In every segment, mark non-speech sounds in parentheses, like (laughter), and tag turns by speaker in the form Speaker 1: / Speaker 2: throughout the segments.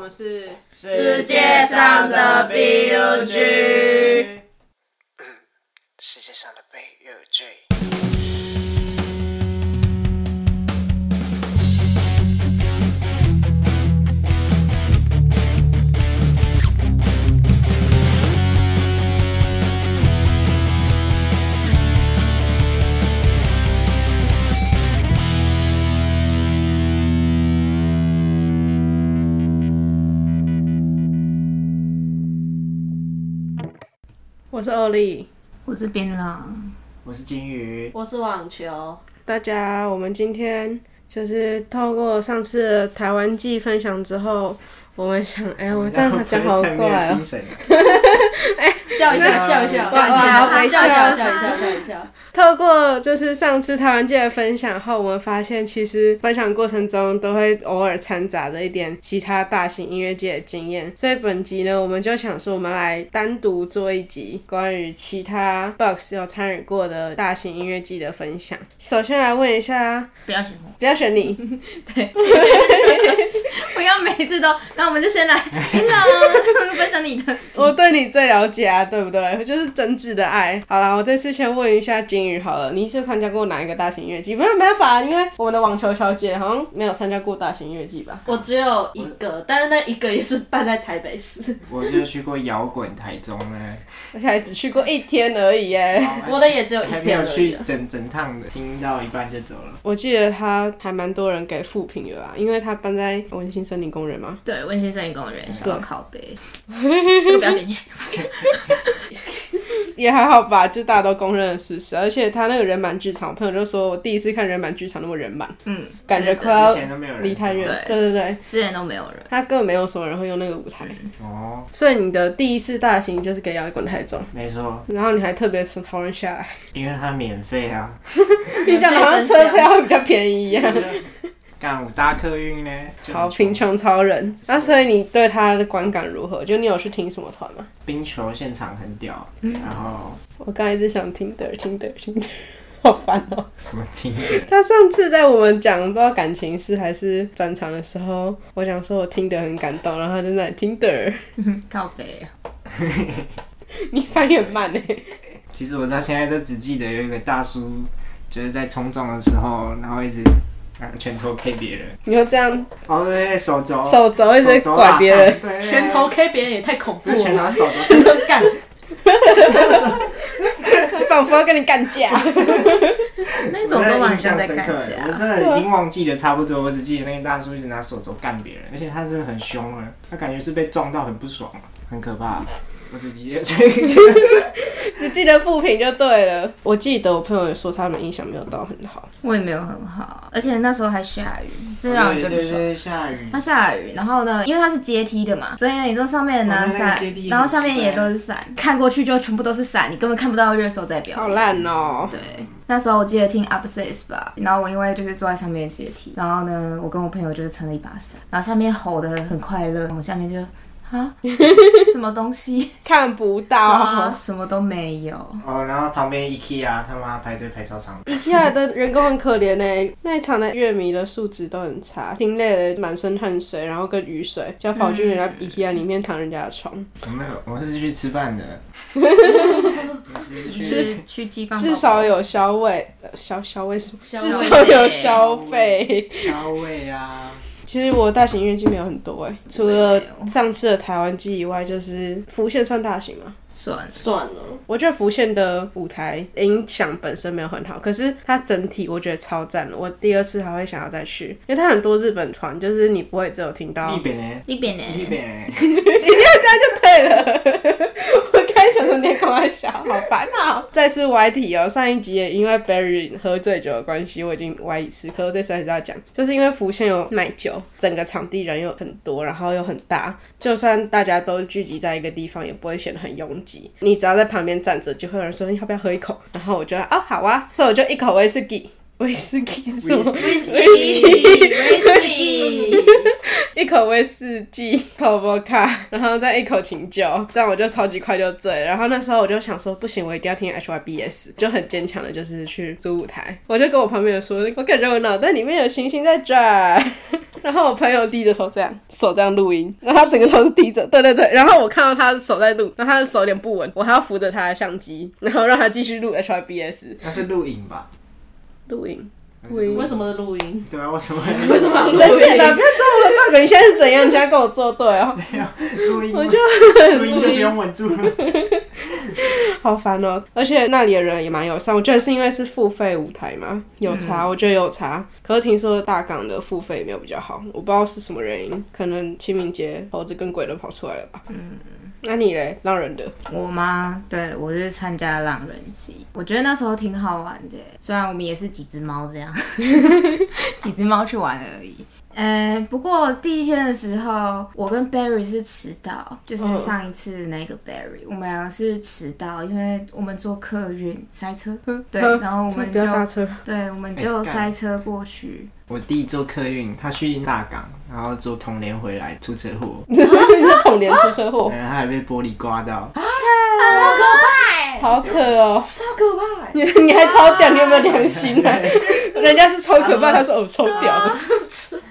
Speaker 1: 们是
Speaker 2: 世界上的 BUG
Speaker 3: 世界上的悲乐剧。
Speaker 1: 我是欧丽，
Speaker 2: 我是槟榔，
Speaker 3: 我是金鱼，
Speaker 4: 我是网球，
Speaker 1: 大家，我们今天就是透过上次的台湾季分享之后，我们想，哎、我这样讲好
Speaker 3: 太没有
Speaker 1: 怪哦、
Speaker 3: 精神了。
Speaker 4: 笑一下，笑一下，
Speaker 1: 哇哇
Speaker 4: 笑一下，
Speaker 1: 好
Speaker 4: 笑
Speaker 1: 好
Speaker 3: 啊
Speaker 4: 一下，笑一下，笑一下。
Speaker 1: 透过就是上次台湾季的分享后，我们发现其实分享过程中都会偶尔掺杂着一点其他大型音乐界的经验，所以本集呢，我们就想说，我们来单独做一集关于其他 Box 有参与过的大型音乐季的分享。首先来问一下，
Speaker 2: 不要选我，
Speaker 1: 不要选你，
Speaker 2: 不要每次都。那我们就 (laughs) 先来槟榔分享你的，
Speaker 1: 我对你最了解啊，对不对？就是真挚的爱。好啦，我这次先问一下金鱼好了，你是参加过哪一个大型音乐季？不过没办法，因为我们的网球小姐好像没有参加过大型音乐季吧？
Speaker 4: 我只有一个，但是那一个也是办在台北市，
Speaker 3: 我就去过摇滚台中
Speaker 1: (laughs)
Speaker 3: 啊呢，
Speaker 1: 而且还只去过一天而已耶。
Speaker 3: 哦
Speaker 4: 我的也只有一
Speaker 3: 还没
Speaker 4: 天
Speaker 3: 有
Speaker 4: 而已
Speaker 3: 去
Speaker 4: 啊。
Speaker 3: 整整趟的，听到一半就走了。
Speaker 1: 我记得他还蛮多人给负评的吧，啊因为他搬在文心森林公园嘛。
Speaker 2: 对，温先生一工人想
Speaker 1: 要
Speaker 2: 要靠 (laughs) 背，这个不要进去。
Speaker 1: 也还好吧，就大家都公认的事实。而且他那个人满剧场，我朋友就说我第一次看人满剧场那么人满，
Speaker 2: 嗯，
Speaker 1: 感觉快
Speaker 3: 之
Speaker 1: 要
Speaker 3: 前都没有人
Speaker 1: 离太远
Speaker 3: 说。
Speaker 2: 对
Speaker 1: 对对对，
Speaker 2: 之前都没有人，
Speaker 1: 他根本没有什么人会用那个舞台。
Speaker 3: 哦，
Speaker 1: 所以你的第一次大型就是给摇滚台中，
Speaker 3: 没错，
Speaker 1: 然后你还特别讨论下来，
Speaker 3: 因为它免
Speaker 1: (laughs)
Speaker 3: 费啊。
Speaker 1: 你讲的好像车票会比较便宜一
Speaker 3: (laughs)
Speaker 1: 样。
Speaker 3: 干我搭客运呢，就很
Speaker 1: 好，
Speaker 3: 穷
Speaker 1: 贫穷超人。那所以你对他的观感如何？就你有去听什么团吗？
Speaker 3: 冰球现场很屌，
Speaker 1: 嗯
Speaker 3: 然后
Speaker 1: 我刚才一直想听的，听的，听的， (laughs) 好烦哦、
Speaker 3: 什么听的，
Speaker 1: 他上次在我们讲不知道感情事还是专场的时候，我想说我听得很感动，然后他就在听的， (laughs)
Speaker 2: (laughs) 靠背。
Speaker 1: 你翻译很慢欸呢、
Speaker 3: (laughs) 其实我到现在都只记得有一个大叔，就是在冲撞的时候，然后一直啊拳头配别人，
Speaker 1: 你就这样
Speaker 3: 哦对，对手肘，
Speaker 1: 手肘一直
Speaker 3: 手肘
Speaker 1: 拐别人，
Speaker 3: (laughs) 打，对
Speaker 4: 拳头 K 别人也太恐怖
Speaker 3: 不是拳头
Speaker 4: 了，
Speaker 3: 手
Speaker 2: (laughs)
Speaker 3: 肘，
Speaker 2: 干，
Speaker 1: 仿佛要跟你干架。
Speaker 2: 那种都
Speaker 3: 我
Speaker 2: 蛮
Speaker 3: 印
Speaker 2: 像
Speaker 3: 象
Speaker 2: 在
Speaker 3: 深
Speaker 2: 干
Speaker 3: 刻，欸我
Speaker 2: 架。
Speaker 3: 真的已经忘记的差不多，我只记得那个大叔一直拿手肘干别人，而且他是很凶的，他感觉是被撞到很不爽，啊很可怕。我只记得这个，
Speaker 1: 只记得副评就对了。我记得我朋友也说他们印象没有到很好，
Speaker 2: 我也没有很好，而且那时候还下雨，这让人
Speaker 3: 哦对
Speaker 2: 最
Speaker 3: 对
Speaker 2: 不爽。
Speaker 3: 对，下雨
Speaker 2: 它，下雨，然后呢，因为它是阶梯的嘛，所以呢，你说上面拿
Speaker 3: 哦那个
Speaker 2: 伞
Speaker 3: 阶梯，也
Speaker 2: 然后下面
Speaker 3: 很奇
Speaker 2: 也
Speaker 3: 怪
Speaker 2: 都是伞，看过去就全部都是伞，你根本看不到乐手在表
Speaker 1: 好
Speaker 2: 演。
Speaker 1: 烂哦、
Speaker 2: 对，那时候我记得听 Upsets 吧，然后我因为就是坐在上面的阶梯，然后呢，我跟我朋友就是撑了一把伞，然后下面吼的很快乐，我们下面就啊什么东西
Speaker 1: 看不
Speaker 2: 啊
Speaker 1: 到。
Speaker 2: 什么都没有，
Speaker 3: 哦，然后旁边 IKEA 啊他妈排队排超长，
Speaker 1: IKEA 的员工很可怜呢、那一场的乐迷的素质都很差，听累了满身汗水，然后跟雨水，就要跑去人家 IKEA 里面躺人家的床。
Speaker 3: 我没有，我是去吃饭
Speaker 2: (laughs)
Speaker 3: 的，我是
Speaker 2: 就
Speaker 3: 去
Speaker 2: 是去寄放
Speaker 1: 至少有消费，呃消消费什么？
Speaker 4: 消
Speaker 1: 至
Speaker 4: 费
Speaker 1: 少有消费。
Speaker 3: 消费啊，
Speaker 1: 其实我的大型音乐季没有很多哎、除了上次的台湾季以外，就是浮现算大型吗？
Speaker 2: 算
Speaker 4: 算了，
Speaker 1: 我觉得浮现的舞台音响本身没有很好，可是它整体我觉得超赞的。我第二次还会想要再去，因为它很多日本团，就是你不会只有听到。
Speaker 3: 立本呢，
Speaker 2: 一边
Speaker 3: 立
Speaker 2: 呢，
Speaker 3: 本呢，
Speaker 1: 对了，我刚才想说你开玩笑，好烦恼、再次歪题哦，上一集也因为 Barry 喝醉酒的关系，我已经歪一次，可是我这次还是要讲，就是因为浮现有卖酒，整个场地人又很多，然后又很大，就算大家都聚集在一个地方，也不会显得很拥挤。你只要在旁边站着，就会有人说你要不要喝一口，然后我就啊、哦好啊，所以我就一口威士忌。威士忌是什么？
Speaker 4: Whisky，Whisky，
Speaker 1: 一口威士忌， (laughs) 一口 vodka，然后再一口琴酒，这样我就超级快就醉了。然后那时候我就想说，不行，我一定要听 HYBS，就很坚强的，就是去租舞台。我就跟我旁边人说，我感觉我脑袋里面有行星在转。 (laughs) 然后我朋友低着头这样，手这样录音，然后他整个头是低着，对对对。然后我看到他的手在录，然后他的手有点不稳，我还要扶着他的相机，然后让他继续录 HYBS
Speaker 3: 那是录影吧？
Speaker 1: 录影。
Speaker 4: 为什么录音？
Speaker 3: 对啊，为什么
Speaker 4: 为什么要
Speaker 1: 随
Speaker 4: 录
Speaker 1: 便啦，
Speaker 4: 音
Speaker 1: 啊不？要抓我的 bug！你现在是怎样？你现在跟我作对哦。
Speaker 3: (laughs) 录音？
Speaker 1: 我就
Speaker 3: 录音就不用稳住了。
Speaker 1: 好烦哦、而且那里的人也蛮友善，我觉得是因为是付费舞台嘛，有差，我觉得有差。可是听说大港的付费没有比较好，我不知道是什么原因，可能清明节猴子跟鬼都跑出来了吧。嗯，那你嘞，浪人的，
Speaker 2: 我吗？对，我就是参加浪人祭，我觉得那时候挺好玩的，虽然我们也是几只猫这样， (laughs) 几只猫去玩而已。呃，不过第一天的时候，我跟 Barry 是迟到，就是
Speaker 1: 嗯
Speaker 2: 上一次那个 Barry，、我们两个是迟到，因为我们坐客运塞车，对，然哎后我们
Speaker 1: 不要搭
Speaker 2: 就
Speaker 1: 车， (laughs)
Speaker 2: 对，我们
Speaker 3: 哎
Speaker 2: 就
Speaker 3: 干
Speaker 2: 塞车过去，
Speaker 3: (laughs) 我弟坐客运，他去大港，然后坐同联回来，出车祸，
Speaker 1: 你是统联出车
Speaker 3: (laughs)
Speaker 1: 祸，
Speaker 3: 嗯，他还被玻璃刮
Speaker 2: (gasps)
Speaker 3: 到。
Speaker 1: 好扯哦、
Speaker 4: 超可怕，
Speaker 1: 你你还超屌，你有没有良心啊？ (laughs) 人家是超可怕，他说哦超屌的。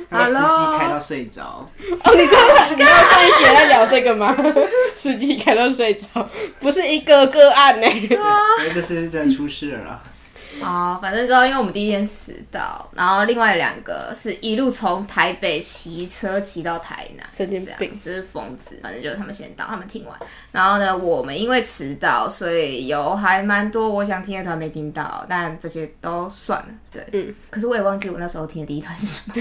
Speaker 3: 然后司机开到睡着，
Speaker 1: 哦，你知道吗？ (laughs) 你知道上一节在聊这个吗？ (laughs) 司机开到睡着，不是一个个案欸呢、
Speaker 3: 因为哎这次是真的出事了啦。
Speaker 2: 哦，反正之后因为我们第一天迟到，然后另外两个是一路从台北骑车骑到台南，
Speaker 1: 神经
Speaker 2: 这样
Speaker 1: 病
Speaker 2: 就是疯子。反正就是他们先到，他们听完，然后呢，我们因为迟到，所以有还蛮多我想听的团没听到，但这些都算了。对，
Speaker 1: 嗯。
Speaker 2: 可是我也忘记我那时候听的第一团是什么，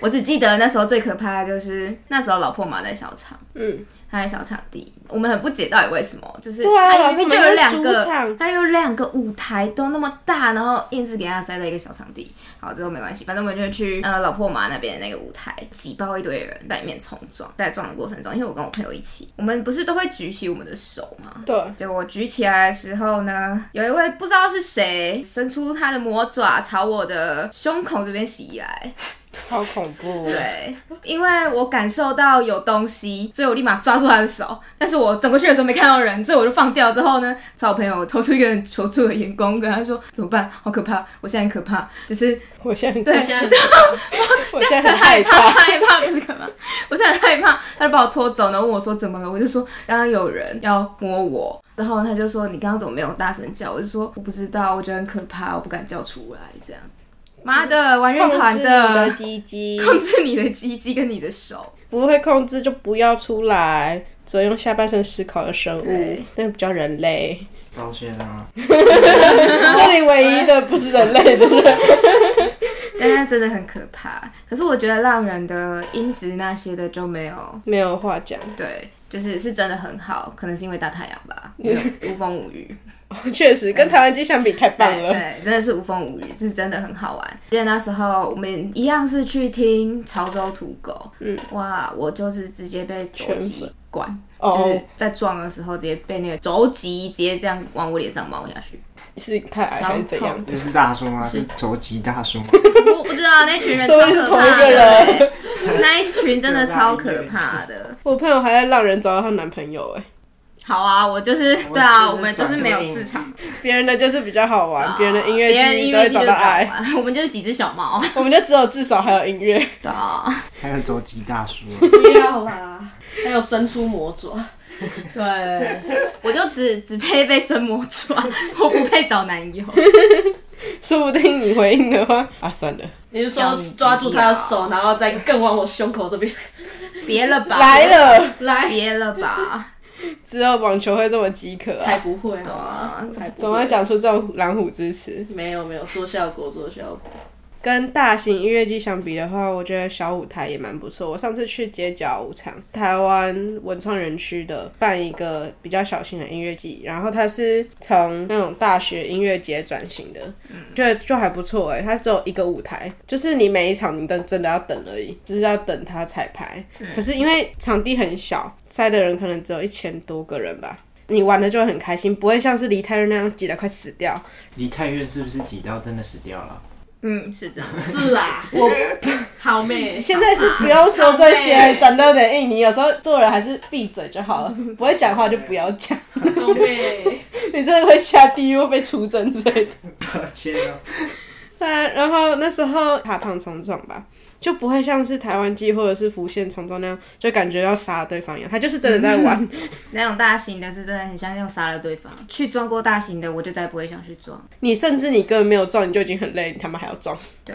Speaker 2: 我只记得那时候最可怕的就是那时候老破马在小场。
Speaker 1: 嗯。
Speaker 2: 他在小场地，我们很不解到底为什么，就是
Speaker 1: 对啊
Speaker 2: 他明明就有
Speaker 1: 老
Speaker 2: 两
Speaker 1: 婆没有
Speaker 2: 个
Speaker 1: 主场，
Speaker 2: 他有两个舞台都那么大，然后硬是给他塞在一个小场地。好，这个没关系，反正我们就去呃老破马那边的那个舞台，挤爆一堆人在里面冲撞，在撞的过程中，因为我跟我朋友一起，我们不是都会举起我们的手吗？
Speaker 1: 对，
Speaker 2: 结果我举起来的时候呢，有一位不知道是谁伸出他的魔爪朝我的胸口这边袭来，
Speaker 1: 超恐怖。
Speaker 2: 对，因为我感受到有东西，所以我立马抓住他的手。但是我转过去的时候没看到人，所以我就放掉。之后呢，朝我朋友投出一个很求助的眼光，跟他说：“怎么办？好可怕！我现在很可怕，就是
Speaker 1: 我现在
Speaker 2: 对，
Speaker 4: 我现在
Speaker 1: (laughs) 我现在很害
Speaker 2: 害
Speaker 1: 怕。
Speaker 2: 害怕不是干嘛？我现在很害怕，他就把我拖走，然后问我说怎么了，我就说刚刚有人要摸我，然后他就说你刚刚怎么没有大声叫？我就说我不知道，我觉得很可怕，我不敢叫出来，这样。妈的，玩乐团
Speaker 1: 的
Speaker 2: 的，
Speaker 1: 鸡鸡，
Speaker 2: 控制你的鸡鸡跟你的手，
Speaker 1: 不会控制就不要出来，只能用下半身思考的生物
Speaker 2: 对，
Speaker 1: 那比较人类。
Speaker 2: (laughs)
Speaker 3: 抱歉啊，
Speaker 1: 这里唯一的不是人类的人，
Speaker 2: 但它真的很可怕。可是我觉得浪人的音质那些的就没有，
Speaker 1: 没有话
Speaker 2: (laughs)
Speaker 1: 讲。
Speaker 2: 对，就是是真的很好，可能是因为大太阳吧，没有无风
Speaker 1: (laughs)
Speaker 2: 无雨。
Speaker 1: 确实，跟台湾机相比太棒
Speaker 2: 对
Speaker 1: 了。
Speaker 2: 对，真的是无风无雨，是真的很好玩。记得那时候我们一样是去听潮州土狗，嗯，哇，我就是直接被肘
Speaker 1: 全
Speaker 2: 击
Speaker 1: 粉
Speaker 2: 灌，就
Speaker 1: 哦
Speaker 2: 是，在撞的时候直接被那个肘击直接这样往我脸上猫下去，
Speaker 1: 是太矮还是怎样？
Speaker 3: 又是大叔吗？是肘击大叔吗？
Speaker 2: 我不知道那群人超
Speaker 1: 说不定是
Speaker 2: 可
Speaker 1: 同
Speaker 2: 怕
Speaker 1: 一
Speaker 2: 的
Speaker 1: 个人
Speaker 2: 欸，那一群真的超可怕的。
Speaker 1: 我朋友还在让人找到她男朋友，哎，
Speaker 2: 好啊，我就是
Speaker 3: 我
Speaker 2: (laughs) 对啊，
Speaker 3: 就是
Speaker 2: 我们就是没有
Speaker 3: 转正
Speaker 2: 市场，
Speaker 1: 别人的就是比较好玩，别人的音乐
Speaker 2: 哦别人音
Speaker 1: 剧都
Speaker 2: 乐
Speaker 1: 会
Speaker 2: 剧就
Speaker 1: 找
Speaker 2: 搞啊
Speaker 1: 到爱，
Speaker 2: (laughs) 完，我们就是几只小猫，
Speaker 1: 我们就只有至少还有音乐。
Speaker 2: 对啊，
Speaker 3: 还有肘击大叔啊，
Speaker 4: 不要啦，还有伸出魔爪，
Speaker 2: 对，我就只只配被生魔抓， (laughs) 我不配找男友。
Speaker 1: 说不定你回应的话，啊，算了，
Speaker 4: 你是说抓住他的手，然后再更往我胸口这边
Speaker 2: 别了吧，
Speaker 1: 来，了，
Speaker 4: 来？
Speaker 2: 别了吧，
Speaker 1: 只有网球会这么饥渴啊
Speaker 4: 才。不会啊！才
Speaker 1: 怎
Speaker 4: 不
Speaker 1: 么
Speaker 4: 会
Speaker 1: 会讲出这种狼虎之词？
Speaker 4: 没有没有做效果做效果，
Speaker 1: 跟大型音乐季相比的话，我觉得小舞台也蛮不错。我上次去街角舞场，台湾文创园区的办一个比较小型的音乐季，然后它是从那种大学音乐节转型的，觉得就还不错哎、它只有一个舞台，就是你每一场你都真的要等而已，就是要等它彩排。可是因为场地很小，塞的人可能只有一千多个人吧。你玩的就会很开心，不会像是离太热那样挤得快死掉。
Speaker 2: (laughs)
Speaker 3: 离太远是不是挤到真的死掉了？
Speaker 2: 嗯，是这样。
Speaker 4: 是啦，
Speaker 1: 我
Speaker 4: (laughs) 好妹，
Speaker 1: 现在是不用 (laughs) 说这
Speaker 4: 好
Speaker 1: 些，
Speaker 4: 累
Speaker 1: 长得有点硬。你有时候做人还是闭嘴就 (laughs) 好了，不会讲话就不要讲， (laughs)
Speaker 4: 好妹，
Speaker 1: 你真的会下地狱，会被出征之类的。
Speaker 3: 抱歉 (laughs) 哦，
Speaker 1: (laughs) 对啊，然后那时候爬胖冲撞吧，就不会像是台湾记或者是浮现冲撞那样，就感觉要杀对方一样。他就是真的在 (laughs) 玩，
Speaker 2: 那种大型的是真的很像要杀了对方。去撞过大型的，我就再也不会想去撞。
Speaker 1: 你甚至你根本没有撞，你就已经很累，你他妈还要撞。
Speaker 2: 对，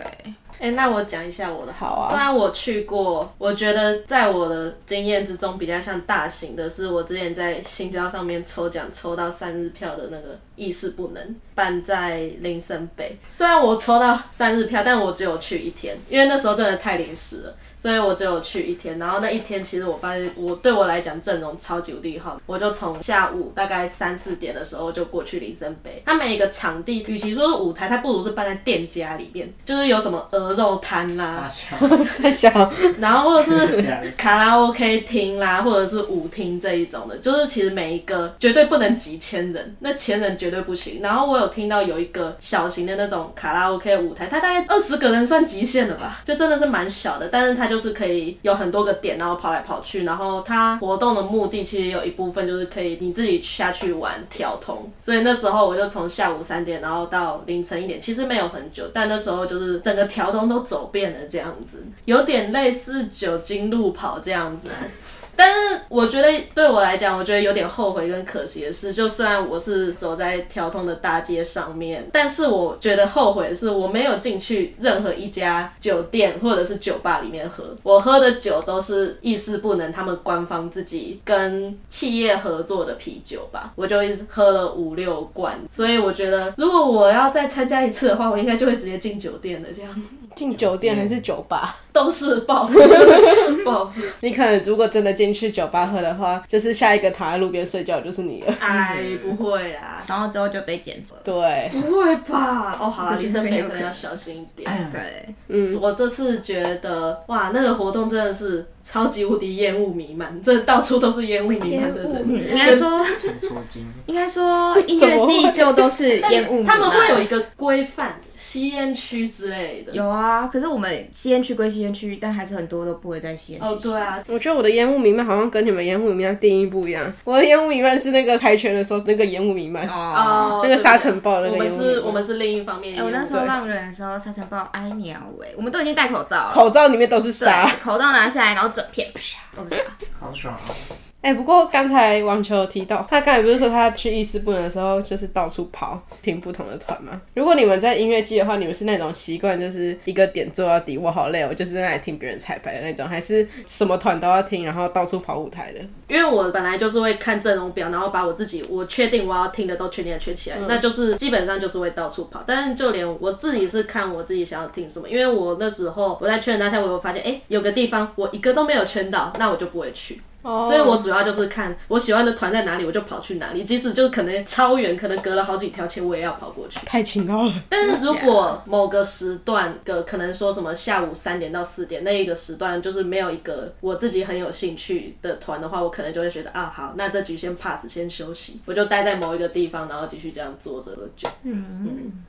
Speaker 4: 哎、那我讲一下我的
Speaker 1: 好啊
Speaker 4: 虽然我去过，我觉得在我的经验之中比较像大型的是，我之前在新交上面抽奖抽到三日票的那个意识不能办在林森北。虽然我抽到三日票，但我只有去一天，因为那时候真的太临时了。所以我只有去一天，然后那一天其实我发现我对我来讲阵容超级无敌好，我就从下午大概三四点的时候就过去林森北，它每一个场地，与其说是舞台，它不如是办在店家里面，就是有什么鹅肉摊啦、
Speaker 3: 大笑，
Speaker 1: 在想，
Speaker 4: 然后或者
Speaker 3: 真的
Speaker 4: 是
Speaker 3: 假的
Speaker 4: 卡拉 OK 厅啦，或者是舞厅这一种的，就是其实每一个绝对不能几千人，那千人绝对不行。然后我有听到有一个小型的那种卡拉 OK 舞台，它大概二十个人算极限了吧，就真的是蛮小的，但是它就是可以有很多个点，然后跑来跑去，然后它活动的目的其实有一部分就是可以你自己下去玩跳通，所以那时候我就从下午三点，然后到凌晨一点，其实没有很久，但那时候就是整个条通都走遍了这样子，有点类似酒精路跑这样子啊、但是我觉得对我来讲，我觉得有点后悔跟可惜的是，就虽然我是走在条通的大街上面，但是我觉得后悔的是我没有进去任何一家酒店或者是酒吧里面喝，我喝的酒都是意式不能他们官方自己跟企业合作的啤酒吧，我就一直喝了五六罐，所以我觉得如果我要再参加一次的话，我应该就会直接进酒店的，这样
Speaker 1: 进酒店还是酒吧？ (laughs)
Speaker 4: 都是报复报复，
Speaker 1: 你可能如果真的进去酒吧喝的话，就是下一个躺在路边睡觉就是你了。
Speaker 4: 哎，不会啦。
Speaker 2: 然后之后就被捡走了。
Speaker 1: 对，
Speaker 4: 不会吧？哦，好啦，
Speaker 2: 我觉
Speaker 4: 林
Speaker 2: 得
Speaker 4: 森
Speaker 2: 很
Speaker 4: 北
Speaker 2: 有
Speaker 4: 可
Speaker 2: 可
Speaker 4: 能要哎
Speaker 2: 能
Speaker 4: 小心一点。
Speaker 2: 对，
Speaker 4: 我这次觉得，哇，那个活动真的是超级无敌烟雾弥漫，真的到处都是烟雾弥漫的人。 (laughs)
Speaker 2: 应该说，
Speaker 3: 传说经，
Speaker 2: 应该
Speaker 1: (laughs)
Speaker 2: 说音乐季就都是
Speaker 4: 但
Speaker 2: 烟雾弥漫。
Speaker 4: 他们会有一个规范吸烟区之类的。
Speaker 2: 有啊，可是我们吸烟区归吸烟区，但还是很多都不会在吸烟区。
Speaker 4: 哦，对，啊，
Speaker 1: 我觉得我的烟雾弥漫好像跟你们烟雾弥漫定义不一样。我的烟雾弥漫是那个开拳的时候那个烟雾弥漫，
Speaker 2: 哦。
Speaker 4: 哦，
Speaker 1: 那个沙尘暴的那个
Speaker 4: 我们
Speaker 1: 烟雾弥
Speaker 4: 是，
Speaker 1: 漫
Speaker 4: 我们是另一方面
Speaker 2: 哎、
Speaker 4: 烟雾。
Speaker 2: 我那时候
Speaker 1: 对
Speaker 2: 浪人的时候，沙尘暴挨鸟哎，我们都已经戴口罩了，
Speaker 1: 口罩里面都是沙。
Speaker 2: 对口罩拿下来，然后整片啪都是沙。
Speaker 3: 好爽哦！
Speaker 1: 哎、不过刚才网球有提到，他刚才不是说他去意识不能的时候，就是到处跑，听不同的团吗？如果你们在音乐季的话，你们是那种习惯就是一个点做到底，我好累，我就是在那里听别人彩排的那种，还是什么团都要听，然后到处跑舞台的？
Speaker 4: 因为我本来就是会看阵容表，然后把我自己我确定我要听的都确定的圈起来，那就是基本上就是会到处跑。但是就连我自己是看我自己想要听什么，因为我那时候我在圈当下，我有发现，哎，有个地方我一个都没有圈到，那我就不会去。
Speaker 2: 哦
Speaker 1: 哦
Speaker 4: 所以我主要就是看我喜欢的团在哪里，我就跑去哪里。即使就是可能超远，可能隔了好几条街，我也要跑过去。
Speaker 1: 太勤劳了。
Speaker 4: 但是如果某个时段的可能说什么下午三点到四点那一个时段，就是没有一个我自己很有兴趣的团的话，我可能就会觉得啊，好，那这局先 pass，先休息，我就待在某一个地方，然后继续这样坐着喝酒。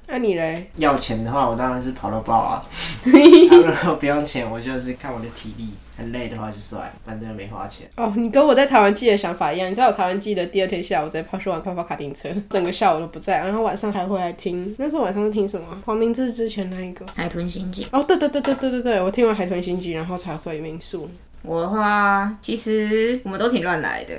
Speaker 1: 那、你嘞？
Speaker 3: 要钱的话，我当然是跑到
Speaker 1: (laughs)
Speaker 3: 爆啊！啊如果不用钱，我就是看我的体力，很累的话就算了，反正没花钱。
Speaker 1: 哦，你跟我在台湾季的想法一样。你知道我台湾季的第二天下午直接跑去玩泡泡卡丁车，整个下午都不在，然后晚上还回来听。那时候晚上是听什么？黄明志之前那一个。
Speaker 2: 海豚刑警，
Speaker 1: 哦，对对对对对对对，我听完海豚心机，然后才回民宿。
Speaker 2: 我的话其实我们都挺乱来的，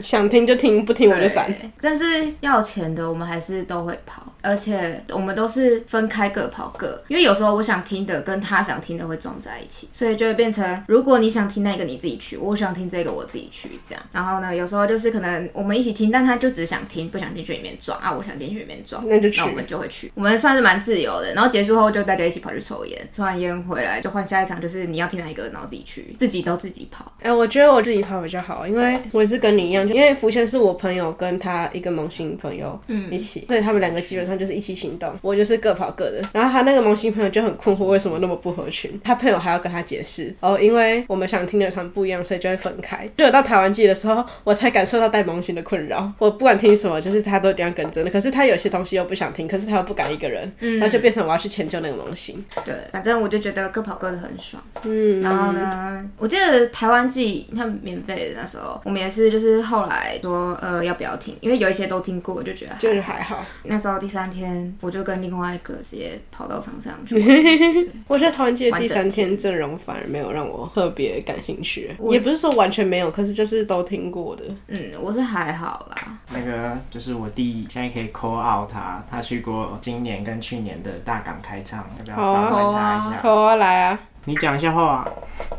Speaker 1: 想听就听，不听我就闪。
Speaker 2: 对但是要钱的我们还是都会跑，而且我们都是分开各跑各，因为有时候我想听的跟他想听的会撞在一起，所以就会变成如果你想听那个你自己去，我想听这个我自己去这样。然后呢，有时候就是可能我们一起听，但他就只想听，不想进去里面撞啊，我想进去里面撞，
Speaker 1: 那就去
Speaker 2: 那我们就会去，我们算是蛮自由的。然后结束后就大家一起跑去抽烟，抽完烟回来就换下一场，就是你要听哪一个，然后自己去，自己都自己跑。
Speaker 1: 哎、我觉得我自己跑比较好，因为我也是跟你一样，因为福先是我朋友跟他一个萌新朋友一起，所以他们两个基本上上就是一起行动，我就是各跑各的。然后他那个萌新朋友就很困惑，为什么那么不合群？他朋友还要跟他解释哦，因为我们想听的团不一样，所以就会分开。就我到台湾记的时候，我才感受到带萌新的困扰。我不管听什么，就是他都一定要跟着的。可是他有些东西又不想听，可是他又不敢一个人，然后就变成我要去迁就那个萌新。
Speaker 2: 对，反正我就觉得各跑各的很爽。嗯，然后呢，我记得台湾季它免费的那时候，我们也是就是后来说呃要不要听，因为有一些都听过，我就觉得
Speaker 1: 就是还好，
Speaker 2: 那时候第三天我就跟另外一个直接跑到场上去。
Speaker 1: 我觉得台湾记的第三天阵容反而没有让我特别感兴趣，也不是说完全没有，可是就是都听过的。
Speaker 2: 嗯，我是还好啦。
Speaker 3: 那个就是我弟，现在可以 call out 他，他去过今年跟去年的大港开唱，要不要
Speaker 1: 好啊
Speaker 3: 访问他一下？
Speaker 1: 口啊来啊，
Speaker 3: 你讲一下话、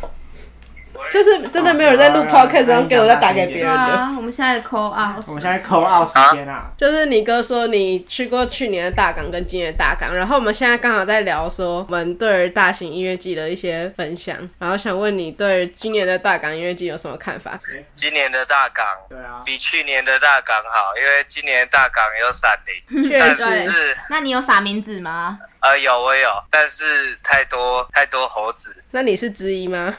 Speaker 3: 啊。
Speaker 1: 就是真的没有人在录
Speaker 3: 好好好
Speaker 1: podcast，然后给我在打给别
Speaker 2: 对
Speaker 1: 人的。
Speaker 2: 啊，我们现在 call out，
Speaker 3: 我们现在 call out 时间啊，
Speaker 1: 就是你哥说你去过去年的大港跟今年的大港，然后我们现在刚好在聊说我们对于大型音乐季的一些分享，然后想问你对于今年的大港音乐季有什么看法？
Speaker 5: 今年的大港
Speaker 3: 对啊，
Speaker 5: 比去年的大港好，因为今年大港有闪灵，
Speaker 1: 确
Speaker 5: 但
Speaker 1: 实，
Speaker 5: 是是
Speaker 2: 那你有撒名字吗？
Speaker 5: 呃有我有，但是太多太多猴子，
Speaker 1: 那你是之一吗？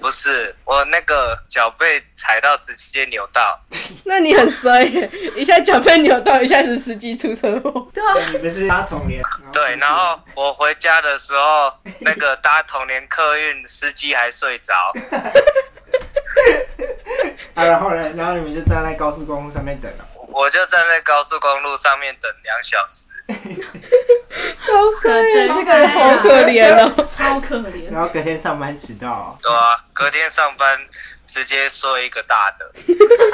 Speaker 5: 不是我那个脚被踩到直接扭到，
Speaker 1: 那你很衰耶，一下脚被扭到，一下子司机出车祸。
Speaker 2: 对啊，
Speaker 3: 你们是他童年，
Speaker 5: 对，然后我回家的时候，那个搭童年客运司机还睡着，
Speaker 3: 啊，然后呢，然后你们就站在高速公路上面等了、啊
Speaker 5: 我就站在高速公路上面等两小时，
Speaker 1: 超衰耶，
Speaker 2: 可真
Speaker 1: 啊这个人好可怜哦。
Speaker 4: 超可怜。
Speaker 3: 然后隔天上班迟到、哦，
Speaker 5: 对啊，隔天上班直接睡一个大的，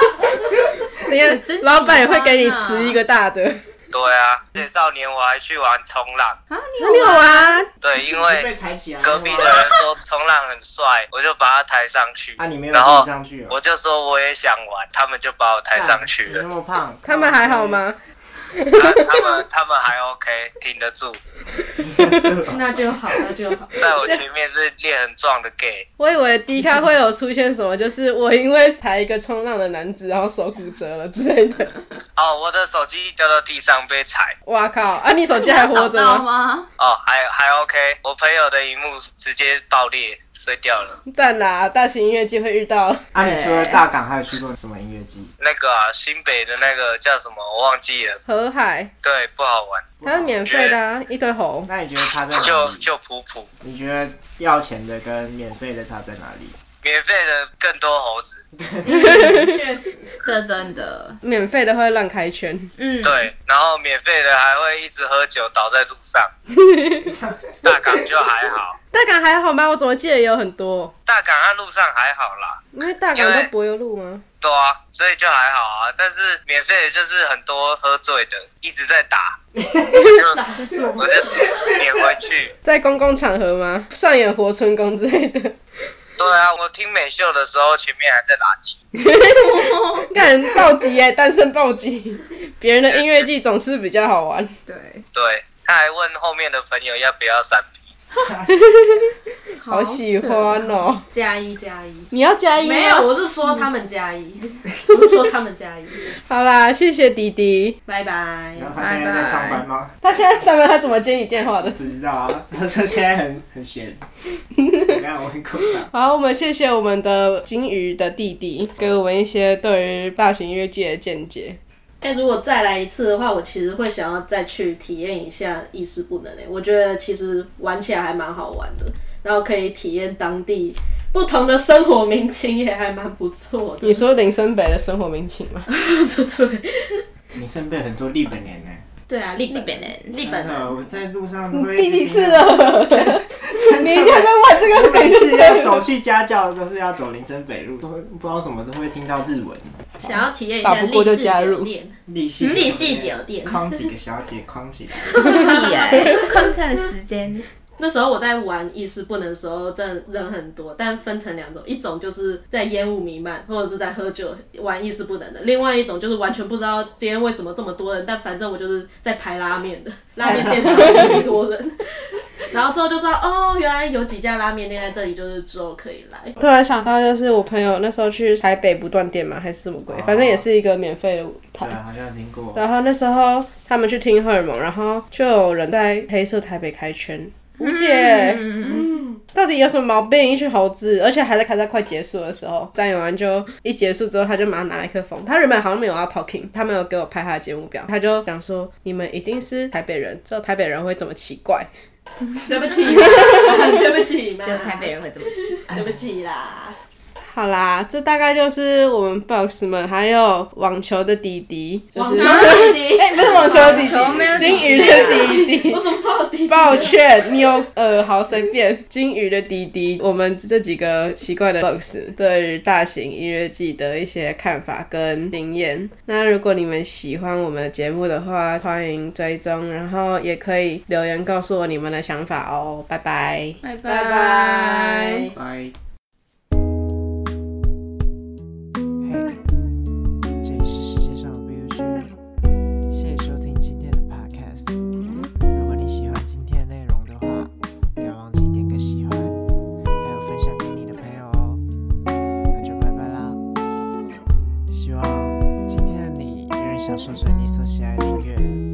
Speaker 1: (laughs) 你看
Speaker 2: 真，喜欢啊
Speaker 1: 老板也会给你吃一个大
Speaker 2: (laughs)
Speaker 1: 的。
Speaker 5: 对啊，而且少年我还去玩冲浪，
Speaker 2: 啊，
Speaker 1: 那你
Speaker 2: 你
Speaker 1: 有
Speaker 2: 有啊？
Speaker 1: 啊？
Speaker 5: 对，因
Speaker 3: 你
Speaker 5: 为
Speaker 3: 被啊抬起来了吗
Speaker 5: 隔壁的人说冲浪很帅，我就把他抬上去。
Speaker 3: 啊，你没有
Speaker 5: 然后
Speaker 3: 自己上去哦，
Speaker 5: 我就说我也想玩，他们就把我抬上去
Speaker 3: 你
Speaker 5: 了。
Speaker 3: 那么胖，
Speaker 1: 他们还好？
Speaker 3: (laughs)
Speaker 2: 啊
Speaker 1: 吗？
Speaker 5: 他他们他们还 OK，挺得住。
Speaker 3: 啊
Speaker 4: 那就好，那就好。
Speaker 5: 在我前面是练很壮的 gay，
Speaker 1: 我以为 D 咖会有出现什么，就是我因为抬一个冲浪的男子，然后手骨折了之类
Speaker 2: (laughs)
Speaker 1: 的。
Speaker 5: 哦，我的手机掉到地上被踩，
Speaker 1: 哇靠！啊，你手机还活着
Speaker 2: 找到 (laughs)
Speaker 1: 吗？
Speaker 2: 吗？
Speaker 5: 哦，还还 OK，我朋友的荧幕直接爆裂，碎掉了。
Speaker 1: 赞啦！大型音乐季会遇到，
Speaker 3: 啊，你除了大港还有去过什么音乐季？
Speaker 5: 那个啊，新北的那个叫什么我忘记了，
Speaker 1: 河海
Speaker 5: 对，不好玩，
Speaker 1: 它是免费的、
Speaker 2: (laughs)
Speaker 1: 啊，一堆猴。
Speaker 3: 那你觉得差在哪
Speaker 5: 就
Speaker 3: 里？
Speaker 5: 就普普，
Speaker 3: 你觉得要钱的跟免费的差在哪里？
Speaker 5: 免费的更多猴子，
Speaker 4: 确实，
Speaker 2: 这真的，
Speaker 1: 免费的会乱开圈，
Speaker 2: 嗯，
Speaker 5: (laughs) 对，然后免费的还会一直喝酒倒在路上，大港就还好，
Speaker 1: 大港还好吗？我怎么记得也有很多？
Speaker 5: 大港在路上还好啦。
Speaker 1: 因为大
Speaker 2: 欸
Speaker 1: 港都柏油路吗？
Speaker 5: 对啊，所以就还好啊。但是免费的就是很多喝醉的一直在打，就
Speaker 4: 打就是我们
Speaker 5: 我就撵回去。
Speaker 1: 在公共场合吗？上演活春宫之类的，
Speaker 5: 对啊，我听美秀的时候，前面还在打击，
Speaker 1: 干暴击哎、单身暴 (laughs) 击！别人的音乐季总是比较好玩。
Speaker 2: 对，
Speaker 5: 对，他还问后面的朋友要不要三 P。
Speaker 1: 好喜欢
Speaker 2: 哦。
Speaker 1: 哦！
Speaker 4: 加一加一。
Speaker 1: 你要加一吗
Speaker 4: 没有，我是说他们加一，我是说他们加一。
Speaker 1: 好啦，谢谢迪迪。
Speaker 4: 拜拜。
Speaker 3: 然后他现在在上班吗？
Speaker 1: 他现在上班，他怎么接你电话的？
Speaker 3: 不知道啊， (laughs) 他说现在很
Speaker 1: (laughs)
Speaker 3: 很闲。你看我很苦恼。
Speaker 1: 好，我们谢谢我们的金鱼的弟弟，给我们一些对于大型音乐界的见解。
Speaker 4: 但如果再来一次的话，我其实会想要再去体验一下意识不能诶、欸我觉得其实玩起来还蛮好玩的，然后可以体验当地不同的生活民情，也还蛮不错的。
Speaker 1: 你说林森北的生活民情吗？
Speaker 4: 对对
Speaker 3: (laughs) 你身边很多日本人呢、
Speaker 4: (laughs) 对啊，日
Speaker 2: 日本人
Speaker 4: 日本
Speaker 3: 真
Speaker 4: 人
Speaker 3: 的，呃我在路上都会
Speaker 1: 嗯第几次
Speaker 3: 了？
Speaker 1: 了？ (laughs) 你一定要在问这个
Speaker 3: (laughs) 每
Speaker 1: 梗
Speaker 3: 次
Speaker 1: 是
Speaker 3: 要走去家教都是要走林森北路，都会不知道什么都会听到日文。
Speaker 4: 想要体验一
Speaker 1: 打
Speaker 4: 下
Speaker 1: 不过就
Speaker 4: 立式
Speaker 1: 加入
Speaker 4: 酒店，
Speaker 3: 立系
Speaker 4: 立系酒店
Speaker 3: 框几个小姐，框几个。
Speaker 2: 屁耶，空课的时间，
Speaker 4: 那时候我在玩意识不能的时候，真的人很多，但分成两种，一种就是在烟雾弥漫或者是在喝酒玩意识不能的，另外一种就是完全不知道今天为什么这么多人，但反正我就是在排拉
Speaker 1: (laughs)
Speaker 4: 面的，拉面店超级多人。然后之后就知道哦，原来有几家拉面店在这里，就是之后可以来。
Speaker 1: (laughs) 突然想到，就是我朋友那时候去台北不断电嘛，还是什么鬼，反正也是一个免费的台
Speaker 3: 对，。啊好像有听过。
Speaker 1: 然后那时候他们去听荷尔蒙，然后就有人在黑色台北开圈。吴
Speaker 2: 嗯
Speaker 1: 姐，到底有什么毛病？一群猴子，而且还在开在快结束的时候，张永安就一结束之后，他就马上拿麦克风。他原本好像没有要 talking，他没有给我拍他的节目表，他就讲说：“你们一定是台北人，只有台北人会这么奇怪。
Speaker 4: 对不起， (laughs) 对不起嘛，
Speaker 2: 只有台北人会这么说。
Speaker 4: 对不起啦。”
Speaker 1: 好啦，这大概就是我们 box 们还有网球的弟弟，就是
Speaker 4: 网球弟弟，
Speaker 1: 哎、不是网球的弟
Speaker 2: 网球没有
Speaker 1: 弟，
Speaker 2: 弟弟
Speaker 1: 金鱼的
Speaker 4: (laughs)
Speaker 1: 弟弟
Speaker 4: 我。什么时候有弟
Speaker 1: (laughs)
Speaker 4: 弟？
Speaker 1: 抱歉，你有呃，好随便。金鱼的弟弟，我们这几个奇怪的 box 对于大型音乐季的一些看法跟经验。那如果你们喜欢我们的节目的话，欢迎追踪，然后也可以留言告诉我你们的想法哦。拜拜。
Speaker 2: 拜
Speaker 4: 拜拜。
Speaker 3: 拜。嘿，这里是世界上的 B U G，谢谢收听今天的 Podcast。如果你喜欢今天的内容的话，不要忘记点个喜欢，还有分享给你的朋友哦。那就拜拜啦！希望今天的你仍然享受着你所喜爱的音乐。